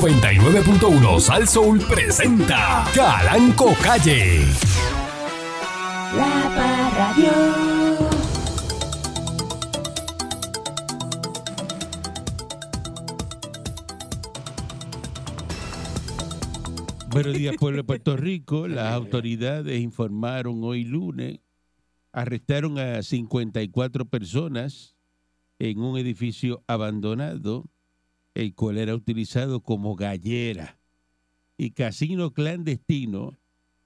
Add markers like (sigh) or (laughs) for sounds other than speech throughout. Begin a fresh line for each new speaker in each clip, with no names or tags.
99.1 Sal Soul presenta Calanco Calle.
La Parradio.
Buenos días, pueblo de Puerto Rico. Las autoridades informaron hoy lunes, arrestaron a 54 personas en un edificio abandonado, el cual era utilizado como gallera y casino clandestino,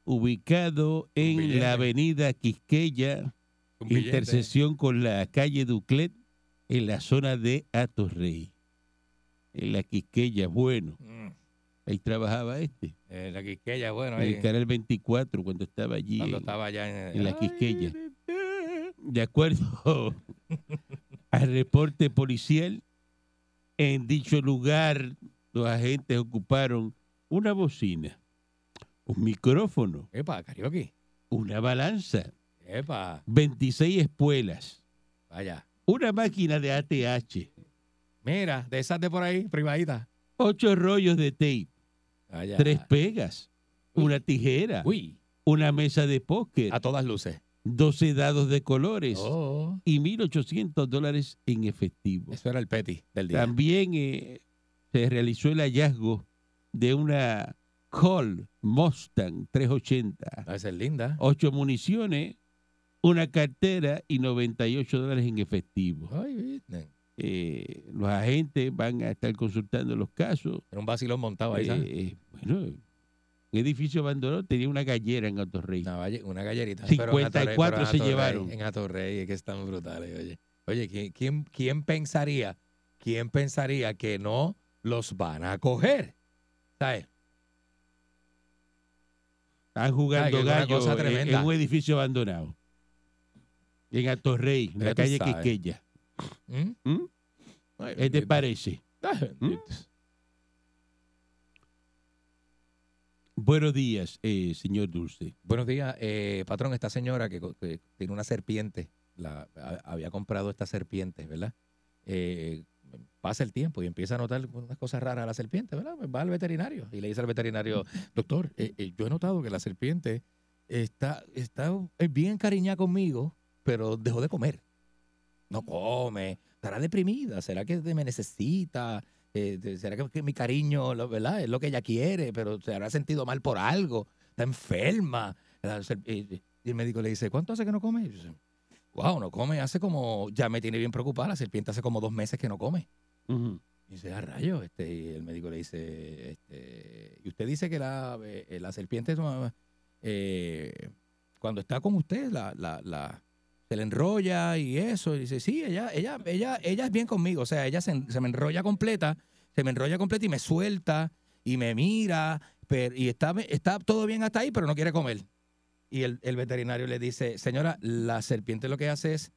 ubicado en
billete.
la avenida Quisqueya,
Un billete.
intersección con la calle Duclet, en la zona de Atorrey. En la Quisqueya, bueno,
Mm,
ahí trabajaba este.
eh, la Quisqueya, bueno,
en
ahí,
el canal 24 cuando estaba allí
cuando
en,
estaba allá en, Ah.
en la Quisqueya. De acuerdo (laughs) al reporte policial, en dicho lugar los agentes ocuparon una bocina, un micrófono,
Epa, karaoke.
una balanza,
Epa,
26 espuelas,
vaya.
una máquina de ATH,
Mira, de esas de por ahí, privadita.
ocho rollos de tape,
Vaya.
tres pegas,
Uy.
una tijera,
Uy,
una mesa de póker,
a todas luces.
12 dados de colores.
Oh,
y 1.800 dólares en efectivo.
eso era el petty del día.
También eh, se realizó el hallazgo de una Col Mustang 380,
A veces linda.
ocho municiones, una cartera y 98 dólares en efectivo.
Ay, viste.
Eh, los agentes van a estar consultando los casos.
Era un vacilón montado ahí, ¿sabes?
Eh, bueno, un edificio abandonado tenía una gallera en Autorrey.
Una, valle- una gallerita.
54 se llevaron.
En Atorrey, es que están brutales, oye. Oye, ¿quién, quién, quién pensaría, quién pensaría que no los van a coger? ¿Sabes?
Están
Ay, Ah, que
jugando
es una
gallos
cosa
en- en,
tremenda.
un edificio abandonado. En Atorrey, en
Ya
la
tú
calle
sabes.
Quiqueya.
¿Mm?
¿Mm? ¿Qué te
Ay, bendito.
parece?
Ay, bendito.
Buenos días, eh, señor Dulce.
Buenos días, eh, patrón. Esta señora que, co- que tiene una serpiente, la, a- había comprado esta serpiente, ¿verdad? Eh, pasa el tiempo y empieza a notar unas cosas raras a la serpiente, ¿verdad? Pues va al veterinario y le dice al veterinario, doctor, eh, eh, yo he notado que la serpiente está, está eh, bien cariñada conmigo, pero dejó de comer. No come, estará deprimida, será que me necesita, Eh, de- será que, que mi cariño, lo- ¿verdad? Es lo que ella quiere, pero se habrá sentido mal por algo está enferma. La ser- eh, eh, Y el médico le dice, ¿cuánto hace que no come? Y yo dice, wow, no come, hace como, ya me tiene bien preocupada, la serpiente hace como dos meses que no come. Y dice, a rayos, este, y el médico le dice, este, y usted dice que la, eh, eh, la serpiente es una- eh, cuando está con usted, la, la, la- se le enrolla y eso, y dice, sí, ella, ella, ella, ella es bien conmigo, o sea, ella se, en- se me enrolla completa, se me enrolla completa y me suelta y me mira, pero, y está, está todo bien hasta ahí, pero no quiere comer. Y el, el veterinario le dice, señora, la serpiente lo que hace es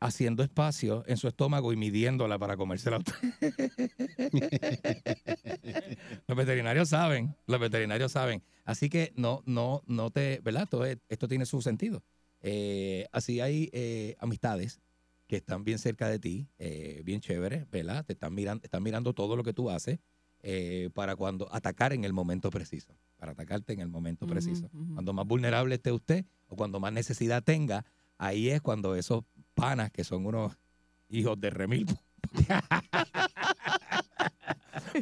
haciendo espacio en su estómago y midiéndola para comérsela a usted. (laughs) los veterinarios saben, los veterinarios saben. Así que no, no, no te, ¿verdad? Todo es- esto tiene su sentido. Eh, así hay eh, amistades que están bien cerca de ti, eh, bien chéveres, ¿verdad? Te están mirando, están mirando todo lo que tú haces eh, para cuando atacar en el momento preciso, para atacarte en el momento preciso. Cuando más vulnerable esté usted o cuando más necesidad tenga, ahí es cuando esos panas que son unos hijos de remil (laughs)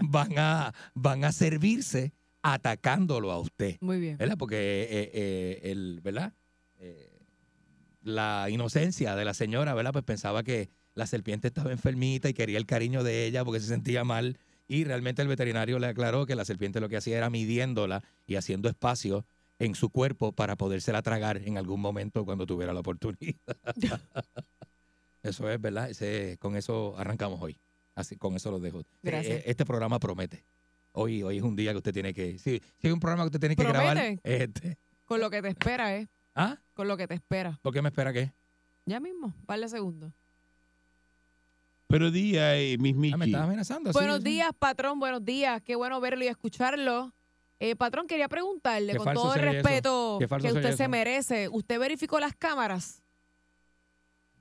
van a, van a servirse atacándolo a usted.
Muy bien.
¿verdad? Porque eh, eh, el, ¿verdad? Eh, la inocencia de la señora, ¿verdad? Pues pensaba que la serpiente estaba enfermita y quería el cariño de ella porque se sentía mal. Y realmente el veterinario le aclaró que la serpiente lo que hacía era midiéndola y haciendo espacio en su cuerpo para podérsela tragar en algún momento cuando tuviera la oportunidad. (laughs) eso es, ¿verdad? Ese- con eso arrancamos hoy. Así, con eso los dejo.
Gracias.
Eh, Este programa promete. Hoy, hoy es un día que usted tiene que. Si, si hay un programa que usted tiene que grabar,
Promete.
es este.
Con lo que te espera, ¿eh?
¿Ah?
Con lo que te espera.
¿Por qué me espera qué?
Ya mismo, par de segundos.
Pero día, eh, mis Michi.
Ah, me estás amenazando. sí,
buenos
sí.
días, patrón, buenos días. Qué bueno verlo y escucharlo. Eh, patrón, quería preguntarle,
Qué
con
falso
todo el
se oye
respeto
Qué
que
falso se
usted
oye
se
eso.
merece, ¿usted verificó las cámaras?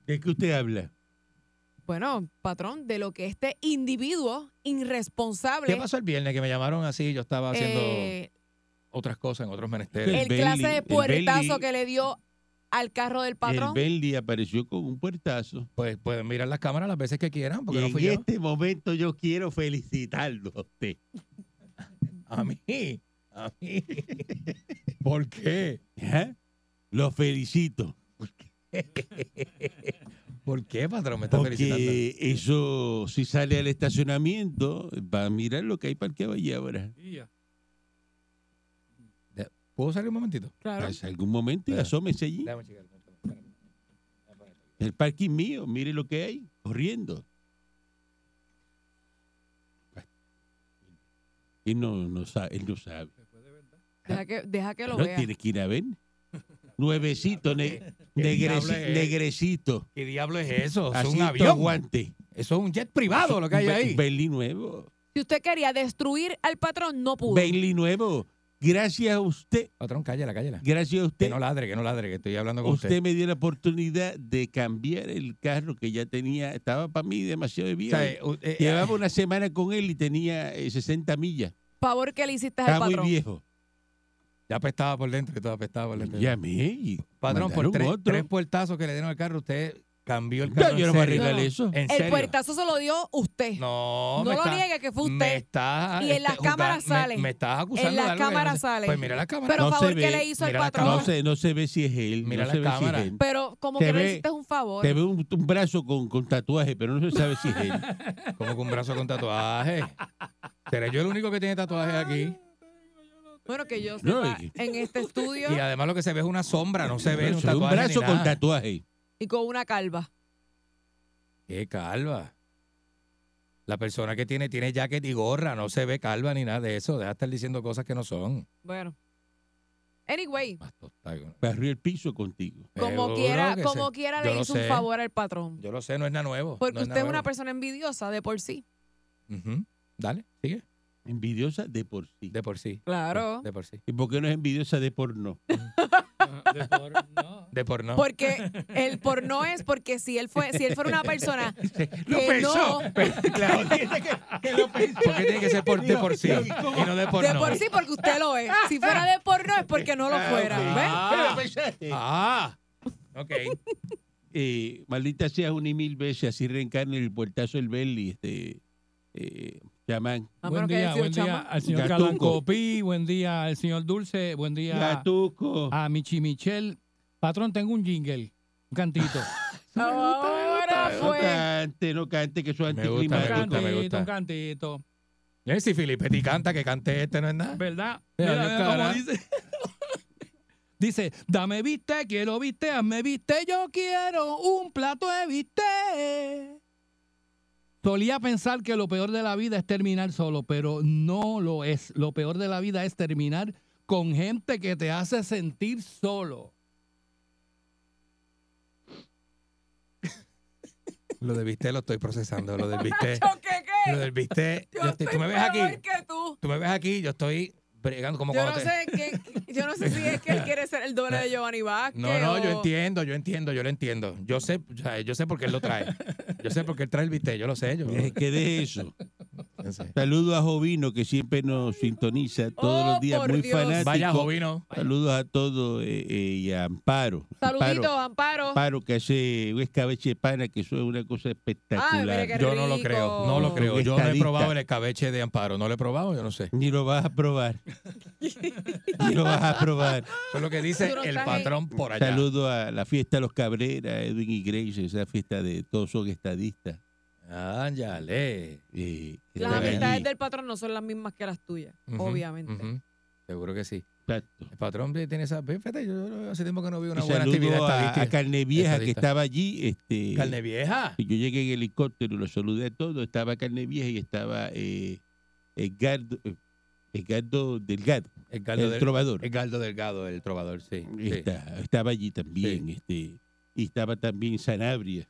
¿De qué usted habla?
bueno, patrón, de lo que este individuo irresponsable.
¿Qué pasó el viernes que me llamaron así? Yo estaba haciendo
eh,
otras cosas en otros
el,
menesteres.
El Bentley-
clase de
el
puertazo
Bentley-
que le dio al carro del patrón.
El Bentley apareció con un puertazo.
Pues pueden mirar las cámaras las veces que quieran, porque
y
no
en
fui yo.
este momento yo quiero felicitarlo a usted.
A mí, a mí. (laughs) ¿Por qué?
¿Eh? Lo felicito.
¿Por qué, patrón? Me está felicitando.
Porque eso, si sale al estacionamiento, va a mirar lo que hay parqueado allí ahora.
¿Puedo salir un momentito?
Claro.
Pues, En algún momento y
Claro.
asómese allí.
Déjame checar.
El parking mío, mire lo que hay, corriendo. Él no, no sabe, él no sabe.
Deja que, deja que lo
No,
vea.
tiene que ir a
(laughs)
ver. Nuevecito, ne- negreci-
diablo es?
negrecito.
¿Qué diablo es eso? Es un
Asito
avión.
guante.
Eso es un jet privado lo que hay
Be-
ahí.
Bentley nuevo.
Si usted quería destruir al patrón, no pudo.
Bentley nuevo. Gracias a usted,
Patrón, cállala, cállala.
gracias a
Que
usted.
no ladre, que no ladre, que estoy hablando con usted.
Usted me dio la oportunidad de cambiar el carro que ya tenía, estaba para mí demasiado de
O
viejo.
sea, eh, u- eh,
Llevaba una semana con él y tenía eh, 60 millas.
Favor que le hiciste al
Estaba muy
patrón.
viejo.
Ya apestaba por dentro y todo apestaba por dentro.
Llamé y
Patrón, por
mandaron
tres,
otro.
tres puertazos que le dieron al carro, usted cambió el
No,
carro.
yo
en
no voy a
serio.
arreglar
No.
eso.
¿En
El
serio?
puertazo se lo dio usted. No,
No, me
lo
está-
niegue que fue
Me
usted.
está, este,
Y en las
juzga-
cámaras
me-
sale.
Me, estás acusando.
En
de
las
algo que
cámaras
no sé.
sale.
Pues mira las cámaras.
Pero
no
favor
se
que
ve.
le hizo al
Mira la
patrón.
No se, no se ve si es él.
Mira
no
la
se ve
cámara.
si es él.
Pero como
Se
que
ve-
le hiciste un favor.
Se ve un, un brazo con, con tatuaje, pero no se sabe si es
(laughs)
él.
Como que un brazo con
(laughs)
tatuaje. ¿Seré yo el único que tiene tatuaje aquí?
Bueno, que yo
No,
sepa,
y-
en este estudio
Y además lo que se ve es una sombra, no se ve
Pero
un
se ve
tatuaje.
un brazo
ni
con
nada.
tatuaje.
y con una calva.
Qué calva. La persona que tiene, tiene jacket y gorra, no se ve calva ni nada de eso. Deja de estar diciendo cosas que no son.
Bueno. Anyway,
Más tostado.
Barrió el piso contigo.
como
Seguro
quiera,
que
como
sí.
quiera
Yo
le
lo
hizo
sé.
un favor al patrón.
Yo lo sé, no es nada nuevo.
Porque
no
usted es
nada
una
nuevo.
persona envidiosa de por sí.
Ujú. Dale, sigue.
Envidiosa de por sí.
De por sí.
Claro.
De por sí.
¿Y por qué no es envidiosa de por no?
De por (laughs) no.
Porque el porno es porque si él fue, si él fuera una persona que no,
Ah, Porque tiene que ser por, de por sí. Y no de por
de
no.
por sí porque usted lo es. Si fuera de porno es porque no lo fuera. ¿Ves?
(laughs)
Ah,
pues,
ah. Ok.
Eh, maldita sea una y mil veces, así reencarna el puertazo del Belly, este eh, chamán.
A
Buen
menos que haya
día,
sido
buen día
chama.
al señor
Gatuco.
Calancopí, buen día al señor Dulce, buen día
Gatuco.
Ah.
a Michi Michel. Patrón, tengo un jingle, un cantito.
Ahora
no
fue.
cante, no cante, que eso es
Me gusta, (laughs) me
un
anticlimático.
cantito,
me gusta.
un cantito.
Eh, Si Felipe te canta, que cante este, no es nada.
¿Verdad?
Mira, yo
cómo
cara.
dice. (laughs) dice, dame viste, quiero viste, hazme viste, yo quiero un plato de viste. Solía pensar que lo peor de la vida es terminar solo, pero no lo es. Lo peor de la vida es terminar con gente que te hace sentir solo.
Lo del viste lo estoy procesando. Lo del viste.
¿Qué qué?
Lo del viste.
Yo
yo estoy-
estoy
tú me ves
peor
aquí.
que tú.
Tú me ves aquí. Yo estoy bregando como
Yo
cuando
no,
te-
sé qué- yo no sé si es que él quiere ser
(laughs)
el doble de Giovanni Vázquez.
No, no, yo
o-
entiendo, yo entiendo, yo lo entiendo. Yo sé, o sea, yo sé por qué él lo trae. Yo sé por qué él trae el viste, yo lo sé. Yo,
Eh, que de eso.
yo
(laughs)
sé.
Saludos a Jovino, que siempre nos sintoniza todos
Oh,
los días,
por
muy
Dios.
fanático.
Vaya, Jovino.
Saludos a todos eh, eh, y a Amparo.
Saluditos,
Amparo,
Amparo.
Amparo, que hace un escabeche de pana, que eso es una cosa
Ay, mira
espectacular.
qué
Yo no lo
rico.
creo, no lo creo.
Un
Yo no he
estadista.
probado el escabeche de Amparo, no lo he probado, yo no sé.
Ni lo vas a probar. Ni lo vas a probar.
Eso es lo que dice
Tú no
el
estás ahí.
patrón (laughs) por allá.
Saludo a la fiesta de los Cabrera, Edwin y Grace, esa fiesta de todos son estadistas.
Ándale.
Eh, que
Las
están
amistades
allí.
del patrón no son las mismas que las tuyas,
Ujú,
obviamente.
ujú. Seguro que sí.
Exacto.
El patrón tiene esa. Fíjate, yo- yo hace tiempo que no vi
Y
una buena actividad
saludo a, este a
estadística.
Carne Vieja, que
Estadista.
estaba allí. Este,
Carne vieja.
Y Yo llegué en helicóptero y lo saludé a todos. Estaba Carne Vieja y estaba eh, Edgardo, eh, Edgardo Delgado,
El
el
caldo, del,
trovador. Eh,
el caldo delgado, el trovador, sí. sí.
Está- estaba allí también.
Sí.
Este, y estaba también Sanabria,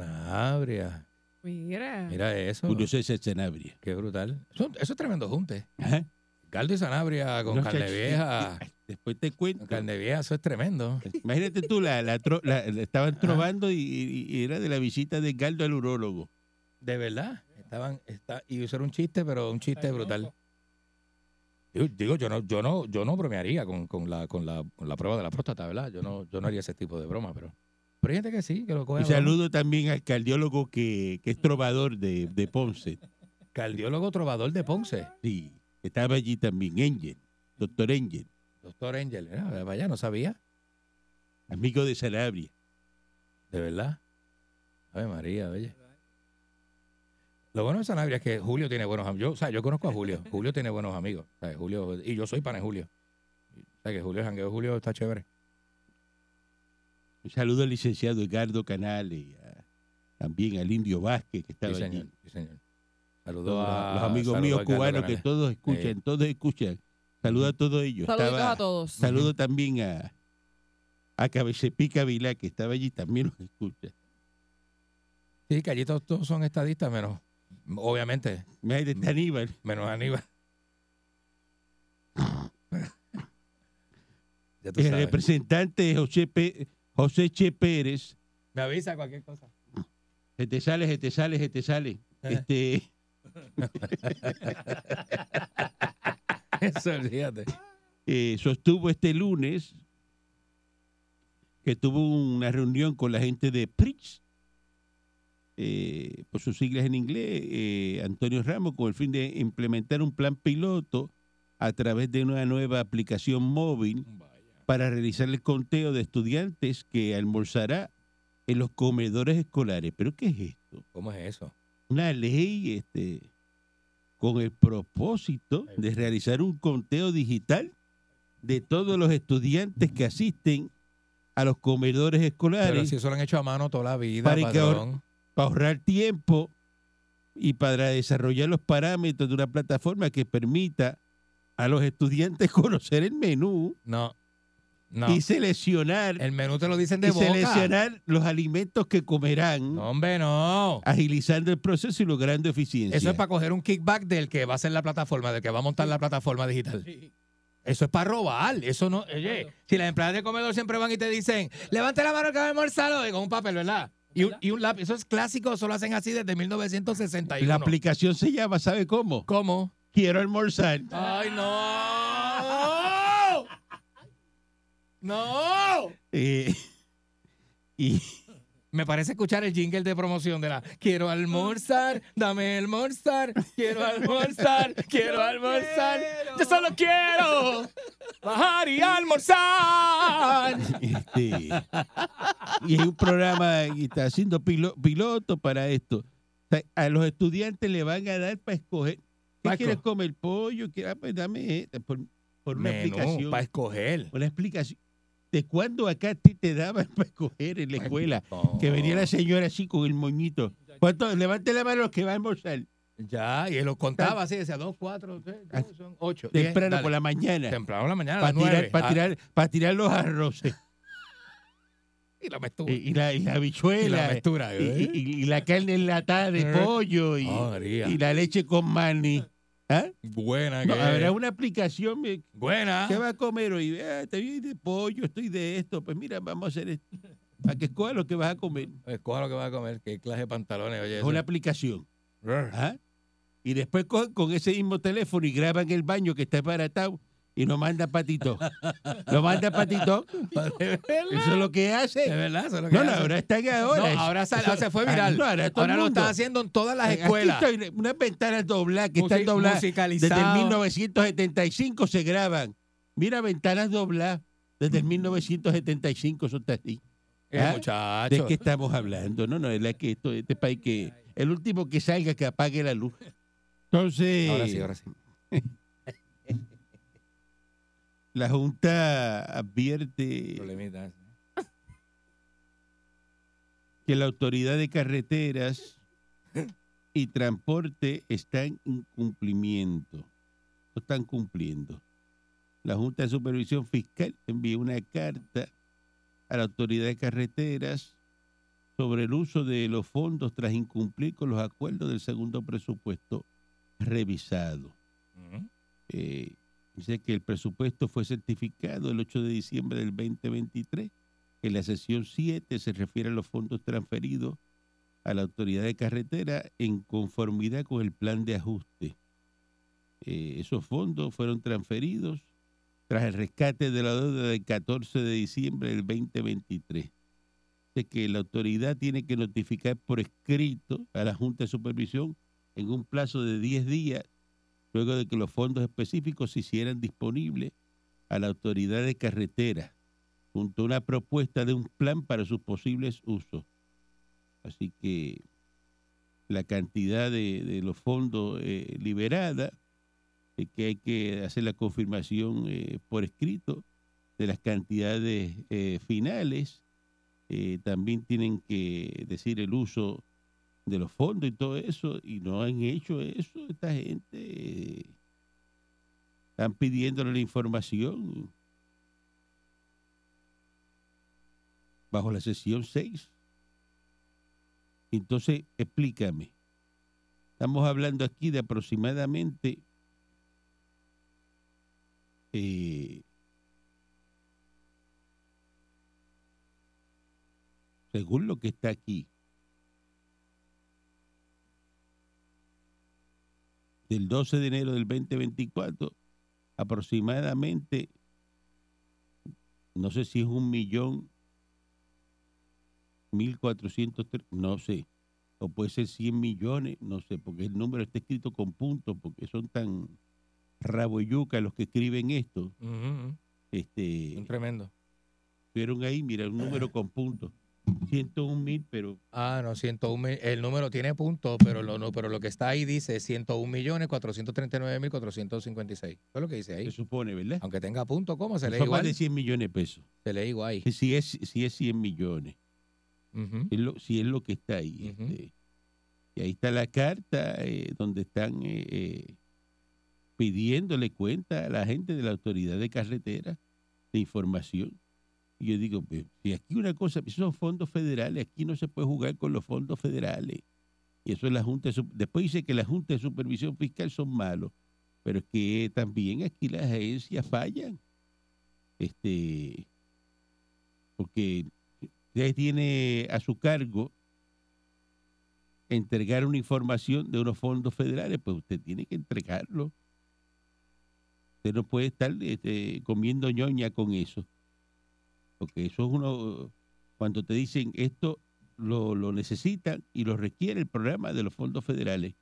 Sanabria.
Mira.
Mira eso.
Julio César Sanabria. ¿ah?
Qué brutal. Eso, eso es tremendo junte.
Ajá.
Caldo y Sanabria con
No sé
carne
si-
vieja.
Después te cuento.
Carne vieja, Ah. eso es tremendo.
Imagínate tú, la, la tro- la- la estaban trovando y, y- y era de la visita de Edgardo al urólogo.
De verdad. Estaban, está, y eso era un chiste, pero un chiste brutal. Digo, digo, yo no, yo no, yo no bromearía con, con la, con, la, con la prueba de la próstata, ¿verdad? Yo no, yo no haría ese tipo de broma, pero. Pero hay gente que sí, que lo coge.
Un
a broma.
saludo también al cardiólogo que, que es trovador de, de Ponce.
Cardiólogo trovador de Ponce.
Sí, estaba allí también, Engel, doctor Engel,
Doctor Angel, mira, vaya, no sabía.
amigo de Sanabria.
De verdad. Ave María, oye. Lo bueno de Sanabria es que Julio tiene buenos amigos. Yo, o sea, yo conozco a Julio. Julio tiene buenos amigos. O sea, Julio, y yo soy pana de Julio. O sea, que Julio, el jangueo de Julio está chévere.
Un saludo al licenciado Edgardo Canales, a- también al Indio Vázquez, que estaba
Sí, señor.
allí.
Sí, señor. Saludos
Todos
a
los amigos
saludos
míos
a Edgardo
cubanos que
Canales.
todos escuchan, todos escuchan. Saludo a todos ellos.
Saluditos
Estaba-
a todos.
Saludo también a, a Cabecepica Vilá, que estaba allí, también los escucha.
Sí, que allí todos, todos son estadistas, menos, obviamente,
Mira, está Aníbal.
menos Aníbal. (laughs) ya tú
El
sabes.
representante José, Pe- José Che Pérez.
Me avisa cualquier cosa.
Se te sale, se te sale, se te sale.
Eh.
Este,
Eso, (laughs) olvídate.
eh, sostuvo este lunes que tuvo una reunión con la gente de PRIX, eh, por sus siglas en inglés, eh, Antonio Ramos, con el fin de implementar un plan piloto a través de una nueva aplicación móvil para realizar el conteo de estudiantes que almorzará en los comedores escolares. ¿Pero qué es esto?
¿Cómo es eso?
Una ley este, con el propósito de realizar un conteo digital de todos los estudiantes que asisten a los comedores
Pero
escolares
si eso lo han hecho a mano toda la vida,
Para que ahora-
patrón.
para ahorrar tiempo y para desarrollar los parámetros de una plataforma que permita a los estudiantes (laughs) conocer el menú
No, no.
y seleccionar
El menú te lo dicen de
y
boca.
seleccionar los alimentos que comerán,
No, hombre, no.
agilizando el proceso y logrando eficiencia.
Eso es para coger un kickback del que va a ser la plataforma, del que va a montar la plataforma digital. Eso es para robar. Eso no. Oye, si las empleadas de comedor siempre van y te dicen, levante la mano que va a almorzar hoy", con un papel, ¿verdad? Y un, y un lápiz. Eso es clásico, eso lo hacen así desde 1961.
La aplicación se llama, ¿sabe cómo?
¿Cómo?
Quiero almorzar.
¡Ay, no! (laughs) ¡No!
Eh, (laughs) y
Me parece escuchar el jingle de promoción de la Quiero almorzar, dame almorzar, quiero (laughs) almorzar, quiero almorzar, yo solo quiero bajar y almorzar.
Este, y hay un programa y está haciendo pilo- piloto para esto. O sea, a los estudiantes le van a dar para escoger. ¿Qué
Paco.
quieres comer? ¿Pollo? ¿Qué- ah, pues dame este, por, por una explicación.
para escoger.
Una explicación. ¿De cuándo acá a ti te daban para escoger en la escuela?
No.
Que venía la señora así con el moñito. ¿Cuánto? Levante la mano los que va a almorzar.
Ya, y él lo contaba así, decía dos, cuatro, tres,
Ah,
dos, son ocho. diez,
Temprano
dale.
por la mañana.
Temprano en la mañana, a
Para
las nueve.
tirar, para,
Ah,
tirar, para tirar los arroces.
Y la mestura.
Y, y la, y la habichuela.
Y la mestura.
y,
¿eh?
y- y la carne enlatada de
Eh.
pollo y,
Ah, María.
y la leche con maní. ¿Ah?
Buena,
No,
que
habrá
es.
una aplicación me-
Buena.
¿Qué va a comer hoy? Ah, estoy de pollo, estoy de esto. Pues mira, vamos a hacer esto. Para que escoja lo que vas a comer.
Escoja Pues lo que va a comer, qué clase de pantalones, oye.
Es
eso.
una aplicación.
Brr.
¿ah? Y después cogen con ese mismo teléfono y graban el baño que está baratado y lo manda
(laughs)
patito. lo manda patito.
De verdad,
Eso es lo que hace.
de verdad, eso es lo que
No, no,
hace.
ahora está que ahora.
No, ahora sal-
Eso-
se fue
ah,
viral.
no, ahora todo el
ahora lo
mundo. Eh,
están haciendo en todas las
Aquí
escuelas.
estoy, unas ventanas dobladas que
Musi-
están dobladas
musicalizado.
desde el 1975 se graban. Mira, ventanas dobladas desde el 1975 eso está así.
Eh,
¿Ah? ¿De
muchacho.
qué estamos hablando? No, no, es la que esto, este país que el último que salga que apague la luz. Entonces,
Ahora sí, ahora sí.
la Junta advierte
Problemita ¿eh? ese.
que la autoridad de carreteras y transporte está en incumplimiento. No están cumpliendo. La Junta de Supervisión Fiscal envió una carta a la autoridad de carreteras sobre el uso de los fondos tras incumplir con los acuerdos del segundo presupuesto revisado.
Ujú.
Eh, Dice que el presupuesto fue certificado el 8 de diciembre del 2023. En la sesión 7 se refiere a los fondos transferidos a la autoridad de carretera en conformidad con el plan de ajuste. Eh, esos fondos fueron transferidos tras el rescate de la deuda del 14 de diciembre del 2023. Dice que la autoridad tiene que notificar por escrito a la Junta de Supervisión en un plazo de 10 días luego de que los fondos específicos se hicieran disponibles a la autoridad de carretera, junto a una propuesta de un plan para sus posibles usos. Así que la cantidad de, de los fondos eh, liberada, eh, que hay que hacer la confirmación eh, por escrito de las cantidades eh, finales, Eh, también tienen que decir el uso de los fondos y todo eso, y no han hecho eso, esta gente eh, están pidiéndole la información bajo la sesión 6. Entonces, explícame. Estamos hablando aquí de aproximadamente eh, según lo que está aquí, del 12 de enero del 2024, aproximadamente, no sé si es un millón, 1.403, no sé, o puede ser 100 millones, no sé, porque el número está escrito con puntos, porque son tan raboyuca los que escriben esto.
Ujú, ujú.
Este,
Un tremendo.
Vieron ahí, mira, un número con puntos. 101 mil, pero
Ah, no, 101 mil. El número tiene puntos, pero lo, no, pero lo que está ahí dice 101 millones 439 mil 456. Eso es lo que dice
se
ahí.
supone, ¿verdad?
Aunque tenga punto, ¿cómo? Se lee
Son más de
igual.
100 millones de pesos.
Se lee igual ahí.
Si es, si es 100 millones.
Ujú.
es lo- si es lo que está ahí.
Ujú.
este. y ahí está la carta eh, donde están eh, eh, pidiéndole cuenta a la gente de la autoridad de carretera de información. Y yo digo, pues, si aquí una cosa, esos son fondos federales, aquí no se puede jugar con los fondos federales. Y eso es la Junta de Sup- Después dice que la Junta de Supervisión Fiscal son malos, pero es que también aquí las agencias fallan. Este, porque usted tiene a su cargo entregar una información de unos fondos federales, pues usted tiene que entregarlo. Usted no puede estar este, comiendo ñoña con eso. Porque eso es uno, cuando te dicen esto lo, lo necesitan y lo requiere el programa de los fondos federales.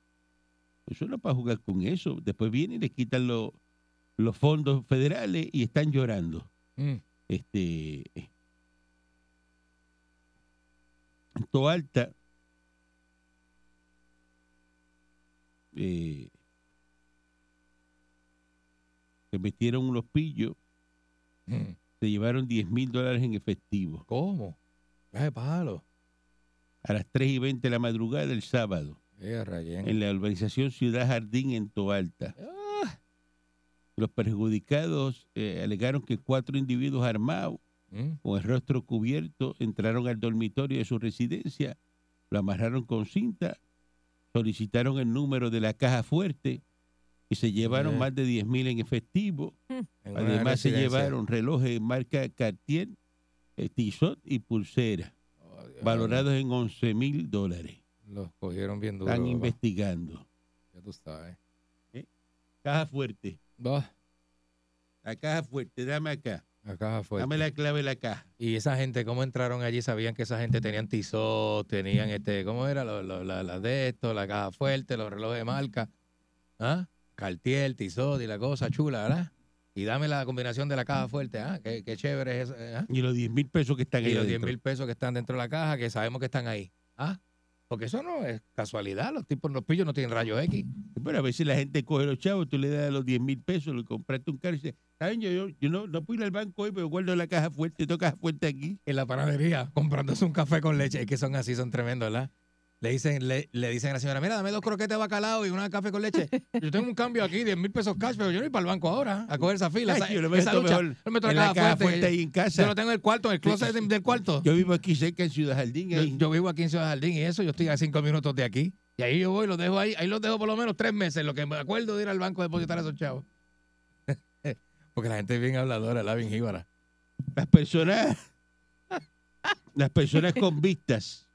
Eso no es para jugar con eso. Después vienen y les quitan lo- los fondos federales y están llorando
Mm.
este Punto Alta eh, se metieron unos pillos
Mm.
se llevaron 10 mil dólares en efectivo
¿Cómo? Ay, palo.
a las 3 y 20 de la madrugada del sábado
Eh, Rayén.
en la urbanización Ciudad Jardín en Toalta. Los perjudicados eh, alegaron que cuatro individuos armados
Mm.
con el rostro cubierto, entraron al dormitorio de su residencia, lo amarraron con cinta, solicitaron el número de la caja fuerte y se llevaron
Eh.
más de 10 mil en efectivo.
En una
Además se
residencia.
llevaron relojes de marca Cartier, eh, Tissot y pulsera,
Oh, Dios
valorados en 11 mil dólares.
mío. Los cogieron bien duro.
Están
papá.
investigando.
Ya tú sabes.
Caja fuerte,
Bah,
la caja fuerte, dame acá,
acá fue.
dame la clave de la caja.
Y esa gente, ¿cómo entraron allí? Sabían que esa gente tenían tizos, tenían este, ¿cómo era? Lo- lo- la, la de esto, la caja fuerte, los relojes de marca. ¿Ah? Cartier, tizot y la cosa chula, ¿verdad? Y dame la combinación de la caja fuerte, ¿ah? Qué, qué chévere es eso, ¿ah?
Y los 10 mil pesos que están ahí
Y los 10
adentro.
mil pesos que están dentro de la caja, que sabemos que están ahí. ¿Ah? Porque eso no es casualidad. Los tipos, los pillos no tienen rayos X.
Pero a veces la gente coge los chavos, tú le das los 10 mil pesos, le compraste un carro y dices, ¿saben? Yo, yo, yo no, no puedo ir al banco hoy, pero guardo la caja fuerte, tengo caja fuerte aquí.
en la panadería comprándose un café con leche. Es que son así, son tremendos, ¿verdad? Le dicen, le, le dicen a la señora, mira, dame dos croquetes de bacalao y una de café con leche. Yo tengo un cambio aquí, 10 mil pesos cash, pero yo no voy para el banco ahora a coger esa fila.
Ay,
esa,
yo lo
esa
meto
lucha.
mejor
Yo meto
en la caja fuerte,
que yo-
ahí en casa.
Yo lo tengo en el cuarto, en el closet de- del cuarto. Yo,
Yo vivo aquí cerca en Ciudad Jardín. ahí.
yo vivo aquí en Ciudad Jardín y eso, yo estoy a cinco minutos de aquí. Y ahí yo voy, los dejo ahí, ahí los dejo por lo menos tres meses, lo que me acuerdo de ir al banco a depositar a esos chavos. (laughs) Porque la gente es bien habladora, la bien jíbara.
Las personas, las personas convictas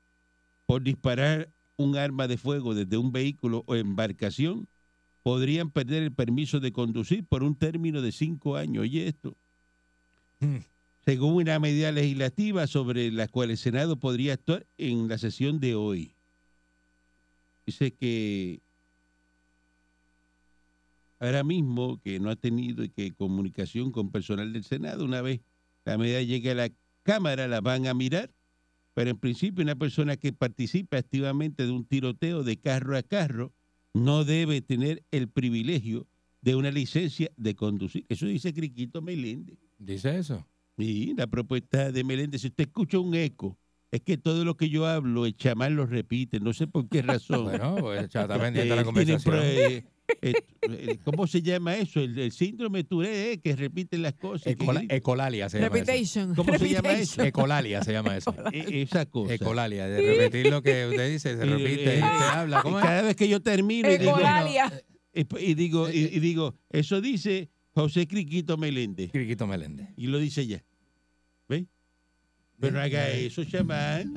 por disparar un arma de fuego desde un vehículo o embarcación podrían perder el permiso de conducir por un término de cinco años. Oye esto.
Mm.
Según una medida legislativa sobre la cual el Senado podría actuar en la sesión de hoy. Dice que ahora mismo que no ha tenido que comunicación con personal del Senado, una vez la medida llegue a la Cámara la van a mirar, pero en principio una persona que participa activamente de un tiroteo de carro a carro no debe tener el privilegio de una licencia de conducir. Eso dice Criquito Meléndez.
¿Dice eso?
Y la propuesta de Meléndez, si usted escucha un eco, es que todo lo que yo hablo, el chamán lo repite, no sé por qué razón.
(laughs) Bueno, pues
(laughs)
ya está
Eh,
pendiente la
tiene pro-
conversación.
eh, eh, eh, ¿Cómo se llama eso? El, el síndrome Tourette, eh, que repite las cosas. que
Ecola-
grita.
ecolalia se llama eso.
Reputation.
¿Cómo se llama
Reputation.
eso?
Ecolalia se llama
(laughs)
eso.
E- esa cosa.
Ecolalia, de repetir lo que usted
(laughs)
dice, se
Y-
repite,
y-
se habla.
Y
¿Cómo es?
cada vez que yo termino y digo,
Ah. Ecolalia.
y p- y digo,
Eh,
y- y digo, eso dice José Criquito Meléndez.
Criquito Meléndez.
Y lo dice ya. ¿Ve? Pero
Eh,
no haga eso,
(laughs)
chamán.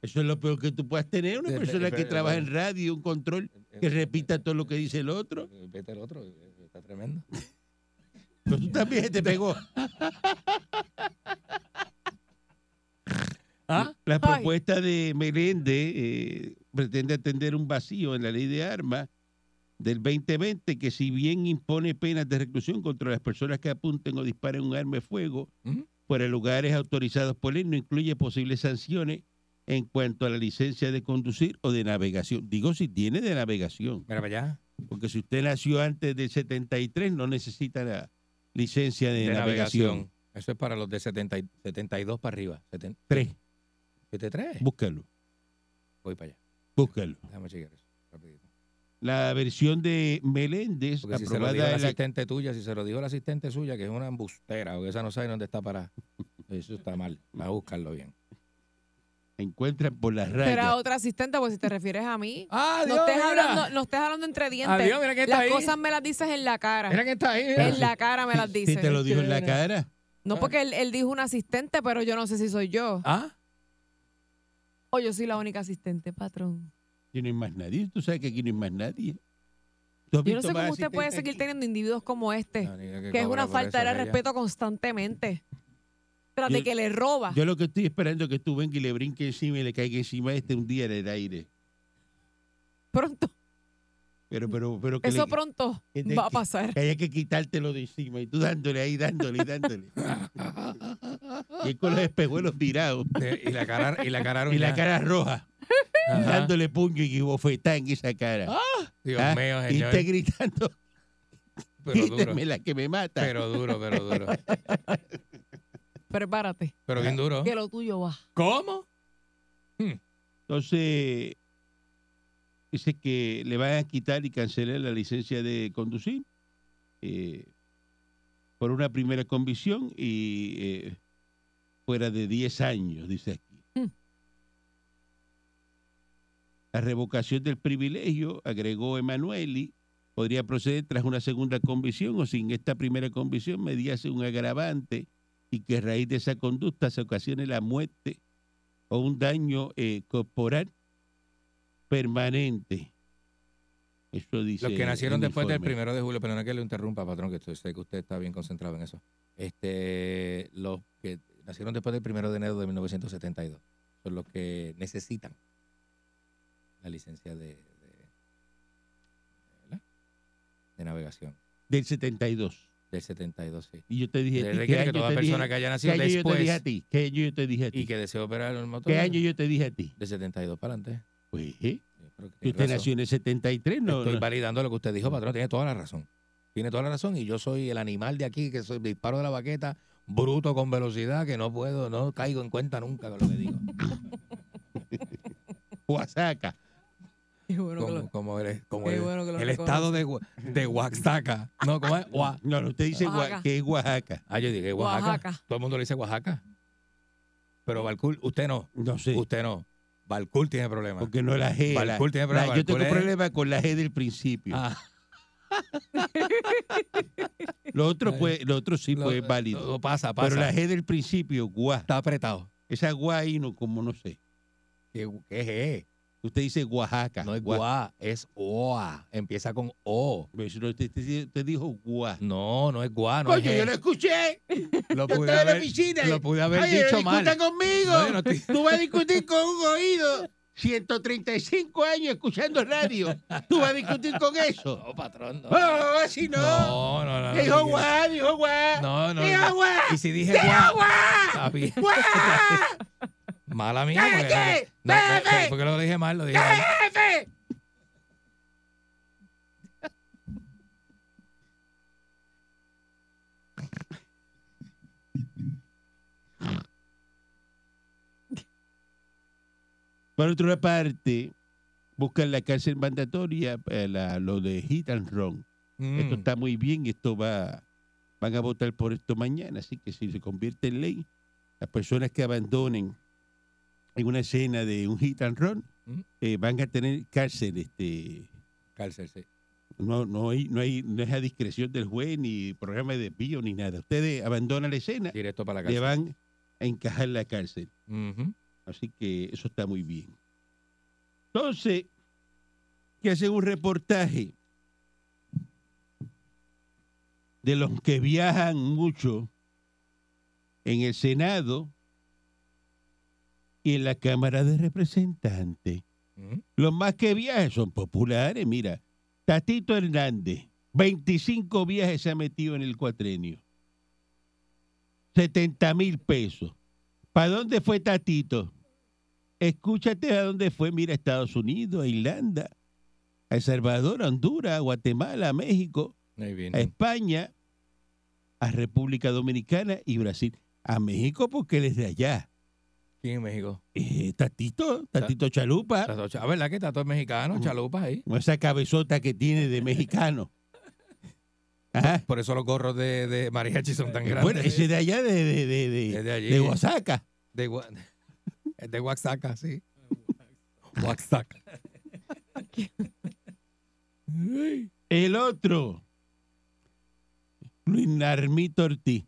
Eso es lo peor que tú puedas tener. Una
De- eh, de-
persona que
pero-
trabaja en radio, un control que repita todo lo que dice el otro.
Vete Eh, el otro, eh, está tremendo.
Pero tú también te pegó.
¿Ah?
La
Ay.
propuesta de Meléndez eh, pretende atender un vacío en la ley de armas del 2020 que si bien impone penas de reclusión contra las personas que apunten o disparen un arma de fuego
Ujú.
fuera de lugares autorizados por ley, no incluye posibles sanciones en cuanto a la licencia de conducir o de navegación. Digo si tiene de navegación,
Mira para allá.
porque si usted nació antes del 73 no necesita la licencia de,
De
navegación.
navegación. Eso es para los de 70, y- 72 para arriba. Seten-
Tres,
73.
búscalo,
Voy para allá.
búscalo.
Déjame chequear eso. Rapidito.
la versión de Meléndez
Porque si se lo dijo
aprobada
la
en la,
asistente tuya, si se lo dijo la asistente suya, que es una embustera, o que esa no sabe dónde está para. Eso está mal. Va a buscarlo bien.
encuentran por las
Será
rayas.
otra asistente, pues si te refieres a mí.
¡Ah,
No estés, hablando, no estés hablando entre dientes.
Adiós, mira que está
las
ahí.
cosas me las dices en la cara.
Mira que está ahí, mira.
En la cara me las
(laughs) Si
dices.
te lo dijo en la cara.
No porque él, él dijo un asistente, pero yo no sé si soy yo.
¿Ah?
O yo soy la única asistente, patrón.
Aquí no hay más nadie. Tú sabes que aquí no hay más nadie. ¿Tú has
Yo no
visto
sé
más Eh,
cómo usted puede
asistentes
seguir
aquí?
teniendo individuos como este,
Ah, No, ni
que es
cobra
una
por
falta
eso,
de
ella.
respeto constantemente. Tras de
Yo-
que le roba.
Yo lo que estoy esperando es que tú vengas y le brinque encima y le caiga encima a este un día en el aire.
Pronto,
Pero, pero, pero que,
eso
le-
pronto
que te-
va a
(laughs)
pasar.
que haya que quitártelo de encima y tú dándole ahí, dándole y dándole. y él con los espejuelos tirados
De- Y la cara, y la
(laughs)
cara,
y la
arruinada.
cara roja,
Ajá.
dándole puño y bofetada en esa cara.
Dios
Ah,
mío,
y
señor.
te gritando,
Pero duro.
"Quíteme la que me mata.
Pero duro, pero duro.
Prepárate,
Pero bien
(laughs)
duro.
que lo tuyo va.
¿Cómo?
Entonces, dice que le van a quitar y cancelar la licencia de conducir eh, por una primera convicción y eh, fuera de 10 años, dice aquí.
Mm.
La revocación del privilegio, agregó Emanueli, podría proceder tras una segunda convicción o sin esta primera convicción mediase un agravante y que a raíz de esa conducta se ocasione la muerte o un daño eh, corporal permanente. Eso dice.
Los que nacieron
el
después del
informe.
primero de julio, pero no que lo interrumpa, patrón, que estoy- sé que usted está bien concentrado en eso. Este, los que nacieron después del primero de enero de 1972 son los que necesitan la licencia de, de- ¿verdad? de navegación
Del 72.
del 72, sí.
Y yo te dije. a ti,
Desde
¿qué
que
año
toda
te
persona
dije-
que haya
qué
nacido
año yo te dije a
después
ti? ¿Qué año yo te dije a
y
ti?
que desee operar el motor
¿Qué año yo te dije a ti?
de 72 para adelante.
Pues, ¿eh?
Yo creo que
Que
tiene
usted
razón.
nació en el 73, no.
Estoy
no.
validando lo que usted dijo, patrón. Tiene toda la razón. Tiene toda la razón. Y yo soy el animal de aquí, que soy disparo de la baqueta, bruto con velocidad, que no puedo, no caigo en cuenta nunca con lo que digo.
Oaxaca.
Qué bueno que
Como,
lo-
como el, como
Qué
el-
bueno que lo
el estado de, Gua- de Oaxaca. No, ¿cómo es? Oa-
No, no, usted dice Gua-
Oaxaca.
que es Oaxaca.
Ah, yo dije Oaxaca.
Oaxaca.
Todo el mundo le dice Oaxaca. Pero Balcool, usted no.
No sé.
Usted no. Balcool tiene problemas.
Porque no la G. la-
Balcool tiene
la-
problema,
yo tengo
Balcool es-
problema con la G del principio.
Ah.
Lo otro, pues, lo otro sí
eh, Lo- eh,
pues, es válido.
lo pasa, pasa.
pero la G del principio, guá.
Está apretado.
Esa guá ahí, no, como no sé.
¿Qué, qué es E?
Usted dice Oaxaca.
No es
guá.
guá, es oa. Empieza con o.
Pues, no, Usted, usted- usted dijo guá.
No, no es guá, no
Coño,
es
yo
E.
lo escuché.
(laughs)
Yo
Lo pude
estaba en la
haber-
piscina.
Lo pude haber
Ay,
dicho
discuta
mal.
conmigo.
No, yo no estoy-
Tú vas a discutir con un oído. 135 años escuchando radio. Tú vas a discutir con eso.
No, patrón, no.
Oh, si no.
No, no, no. no,
Dijo
no,
guá, dijo guá.
No, no.
Dijo
no.
guá.
Y si dije
Dijo
guá,
guá.
está bien.
Guá.
(laughs) Mala mía.
¡Cállate!
porque- No, no, no,
¡Cállate!
porque lo dije mal, lo dije mal.
¡Jefe! Por otra parte, buscan la cárcel mandatoria, eh, la- lo de Hit and Run.
Mm.
Esto está muy bien, esto va, van a votar por esto mañana, así que si se convierte en ley, las personas que abandonen en una escena de un hit and run
Ujú.
eh, van a tener cárcel, este,
Cárcel, sí.
no, no hay, no hay, no es a discreción del juez ni programa de desvío ni nada. Ustedes abandonan la escena,
Directo para la
le
cárcel.
van a encajar la cárcel.
Ujú.
Así que eso está muy bien. Entonces, que hacen un reportaje de los que viajan mucho en el Senado y en la Cámara de Representantes.
Ujú.
Los más que viajan son populares. Mira, Tatito Hernández, 25 viajes se ha metido en el cuatrenio. 70 mil pesos. ¿Para dónde fue Tatito? Escúchate a dónde fue. Mira, Estados Unidos, a Irlanda, a El Salvador, a Honduras, a Guatemala, a México,
Ahí
a
viene.
España, a República Dominicana y Brasil. A México porque desde allá.
¿Quién en México?
Eh, tatito, Tatito Chalupa.
Tato Ch- Ah, ¿verdad que está todo mexicano?
Ujú.
Chalupas ahí.
con esa cabezota que tiene de mexicano.
(laughs)
Ajá.
Por eso los gorros de, de mariachi son tan grandes.
Bueno, ese de allá de, de, de, de,
Es de allí.
de Oaxaca.
De, Gua- (laughs) es de Oaxaca, sí.
(laughs)
Oaxaca.
El otro, Luis Narmito Ortiz,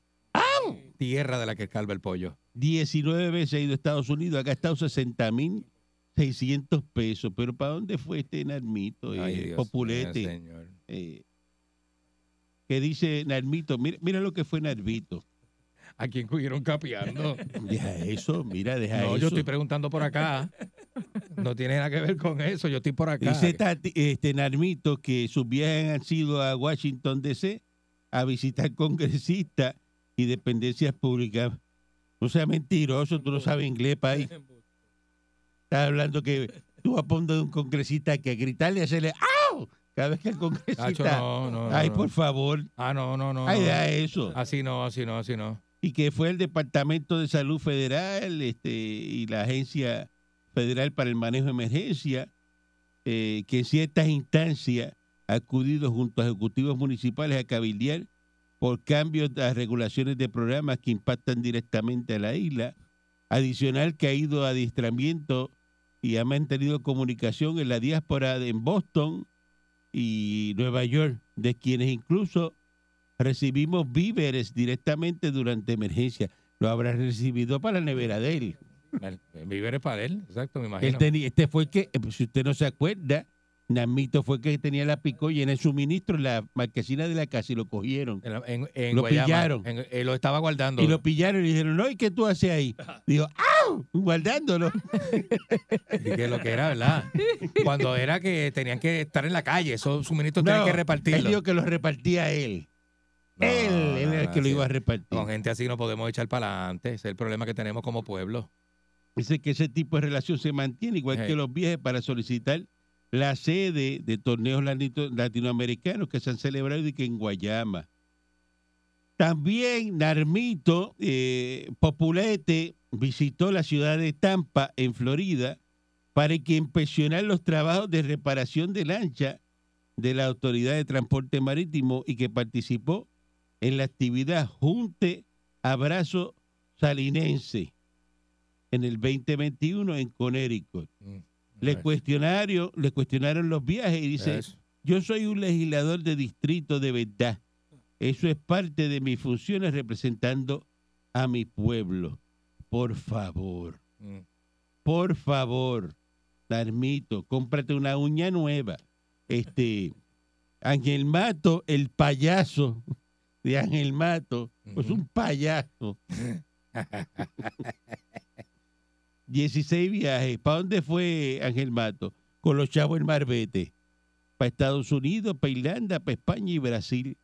Tierra de la que calva el pollo.
19 veces ha ido a Estados Unidos, ha gastado 60 mil 600 pesos. Pero ¿para dónde fue este Narmito? eh,
Ay, Dios
populete.
mío, señor.
eh, que dice Narmito, mira, mira lo que fue Narmito.
¿A quién
(laughs)
estuvieron capeando?
Deja eso, mira, deja
No,
eso.
yo estoy preguntando por acá. No tiene nada que ver con eso. Yo estoy por acá.
Dice Tati- este Narmito que sus viajes han sido a Washington DC a visitar congresistas y dependencias públicas. No sea mentiroso, tú no sabes inglés, país. Estás hablando que tú vas a poner un congresista que a gritarle y hacerle ¡au! cada vez que el
Tacho,
congresista.
no, no, no,
Ay,
no.
por favor,
Ah, no, no, no.
ay,
no.
da eso.
Así no, así no, así no.
Y que fue el Departamento de Salud Federal este, y la Agencia Federal para el Manejo de Emergencia, eh, que en ciertas instancias ha acudido junto a ejecutivos municipales a cabildear por cambios a regulaciones de programas que impactan directamente a la isla. Adicional que ha ido a adiestramiento y ha mantenido comunicación en la diáspora de- en Boston y Nueva York, de quienes incluso recibimos víveres directamente durante emergencia. Lo habrá recibido para la nevera de él.
El- el Víveres para él, exacto, me
Él
imagino.
tenía- este fue el que, eh, si usted no se acuerda, Namito fue el que tenía la picó y en el suministro en la marquesina de la casa y lo cogieron.
En, la- en- en
Lo
Guayama.
pillaron.
En- eh, lo estaba guardando.
Y lo pillaron y le dijeron, no, ¿y qué tú haces
(laughs)
ahí? Dijo, ¡au! Guardándolo.
Y que lo que era, ¿verdad? Cuando era que tenían que estar en la calle, esos suministros tenían
No,
que
Él dijo
repartirlos.
que lo repartía él.
No,
él
no,
él era el
no,
que lo
sí.
iba a repartir.
Con gente así no podemos echar para adelante. Ese es el problema que tenemos como pueblo.
Dice que ese tipo de relación se mantiene, igual
Hey.
que los viajes, para solicitar la sede de torneos lanito- latinoamericanos que se han celebrado y que en Guayama. También Narmito eh, Populete visitó la ciudad de Tampa, en Florida, para que impresionar los trabajos de reparación de lancha de la Autoridad de Transporte Marítimo y que participó en la actividad Junte Abrazo Salinense en el 2021 en Connecticut.
Mm.
Le
Eso,
cuestionario, le cuestionaron los viajes y dice,
eso.
Yo soy un legislador de distrito de verdad. Eso es parte de mis funciones representando a mi pueblo. Por favor,
Mm.
por favor, Darmito, cómprate una uña nueva. Este, Ángel Mato, el payaso de Ángel Mato, pues
Ujú.
un payaso. 16 viajes. ¿Para dónde fue Ángel Mato? Con los chavos en Marbete. Para Estados Unidos, para Irlanda, para España y Brasil.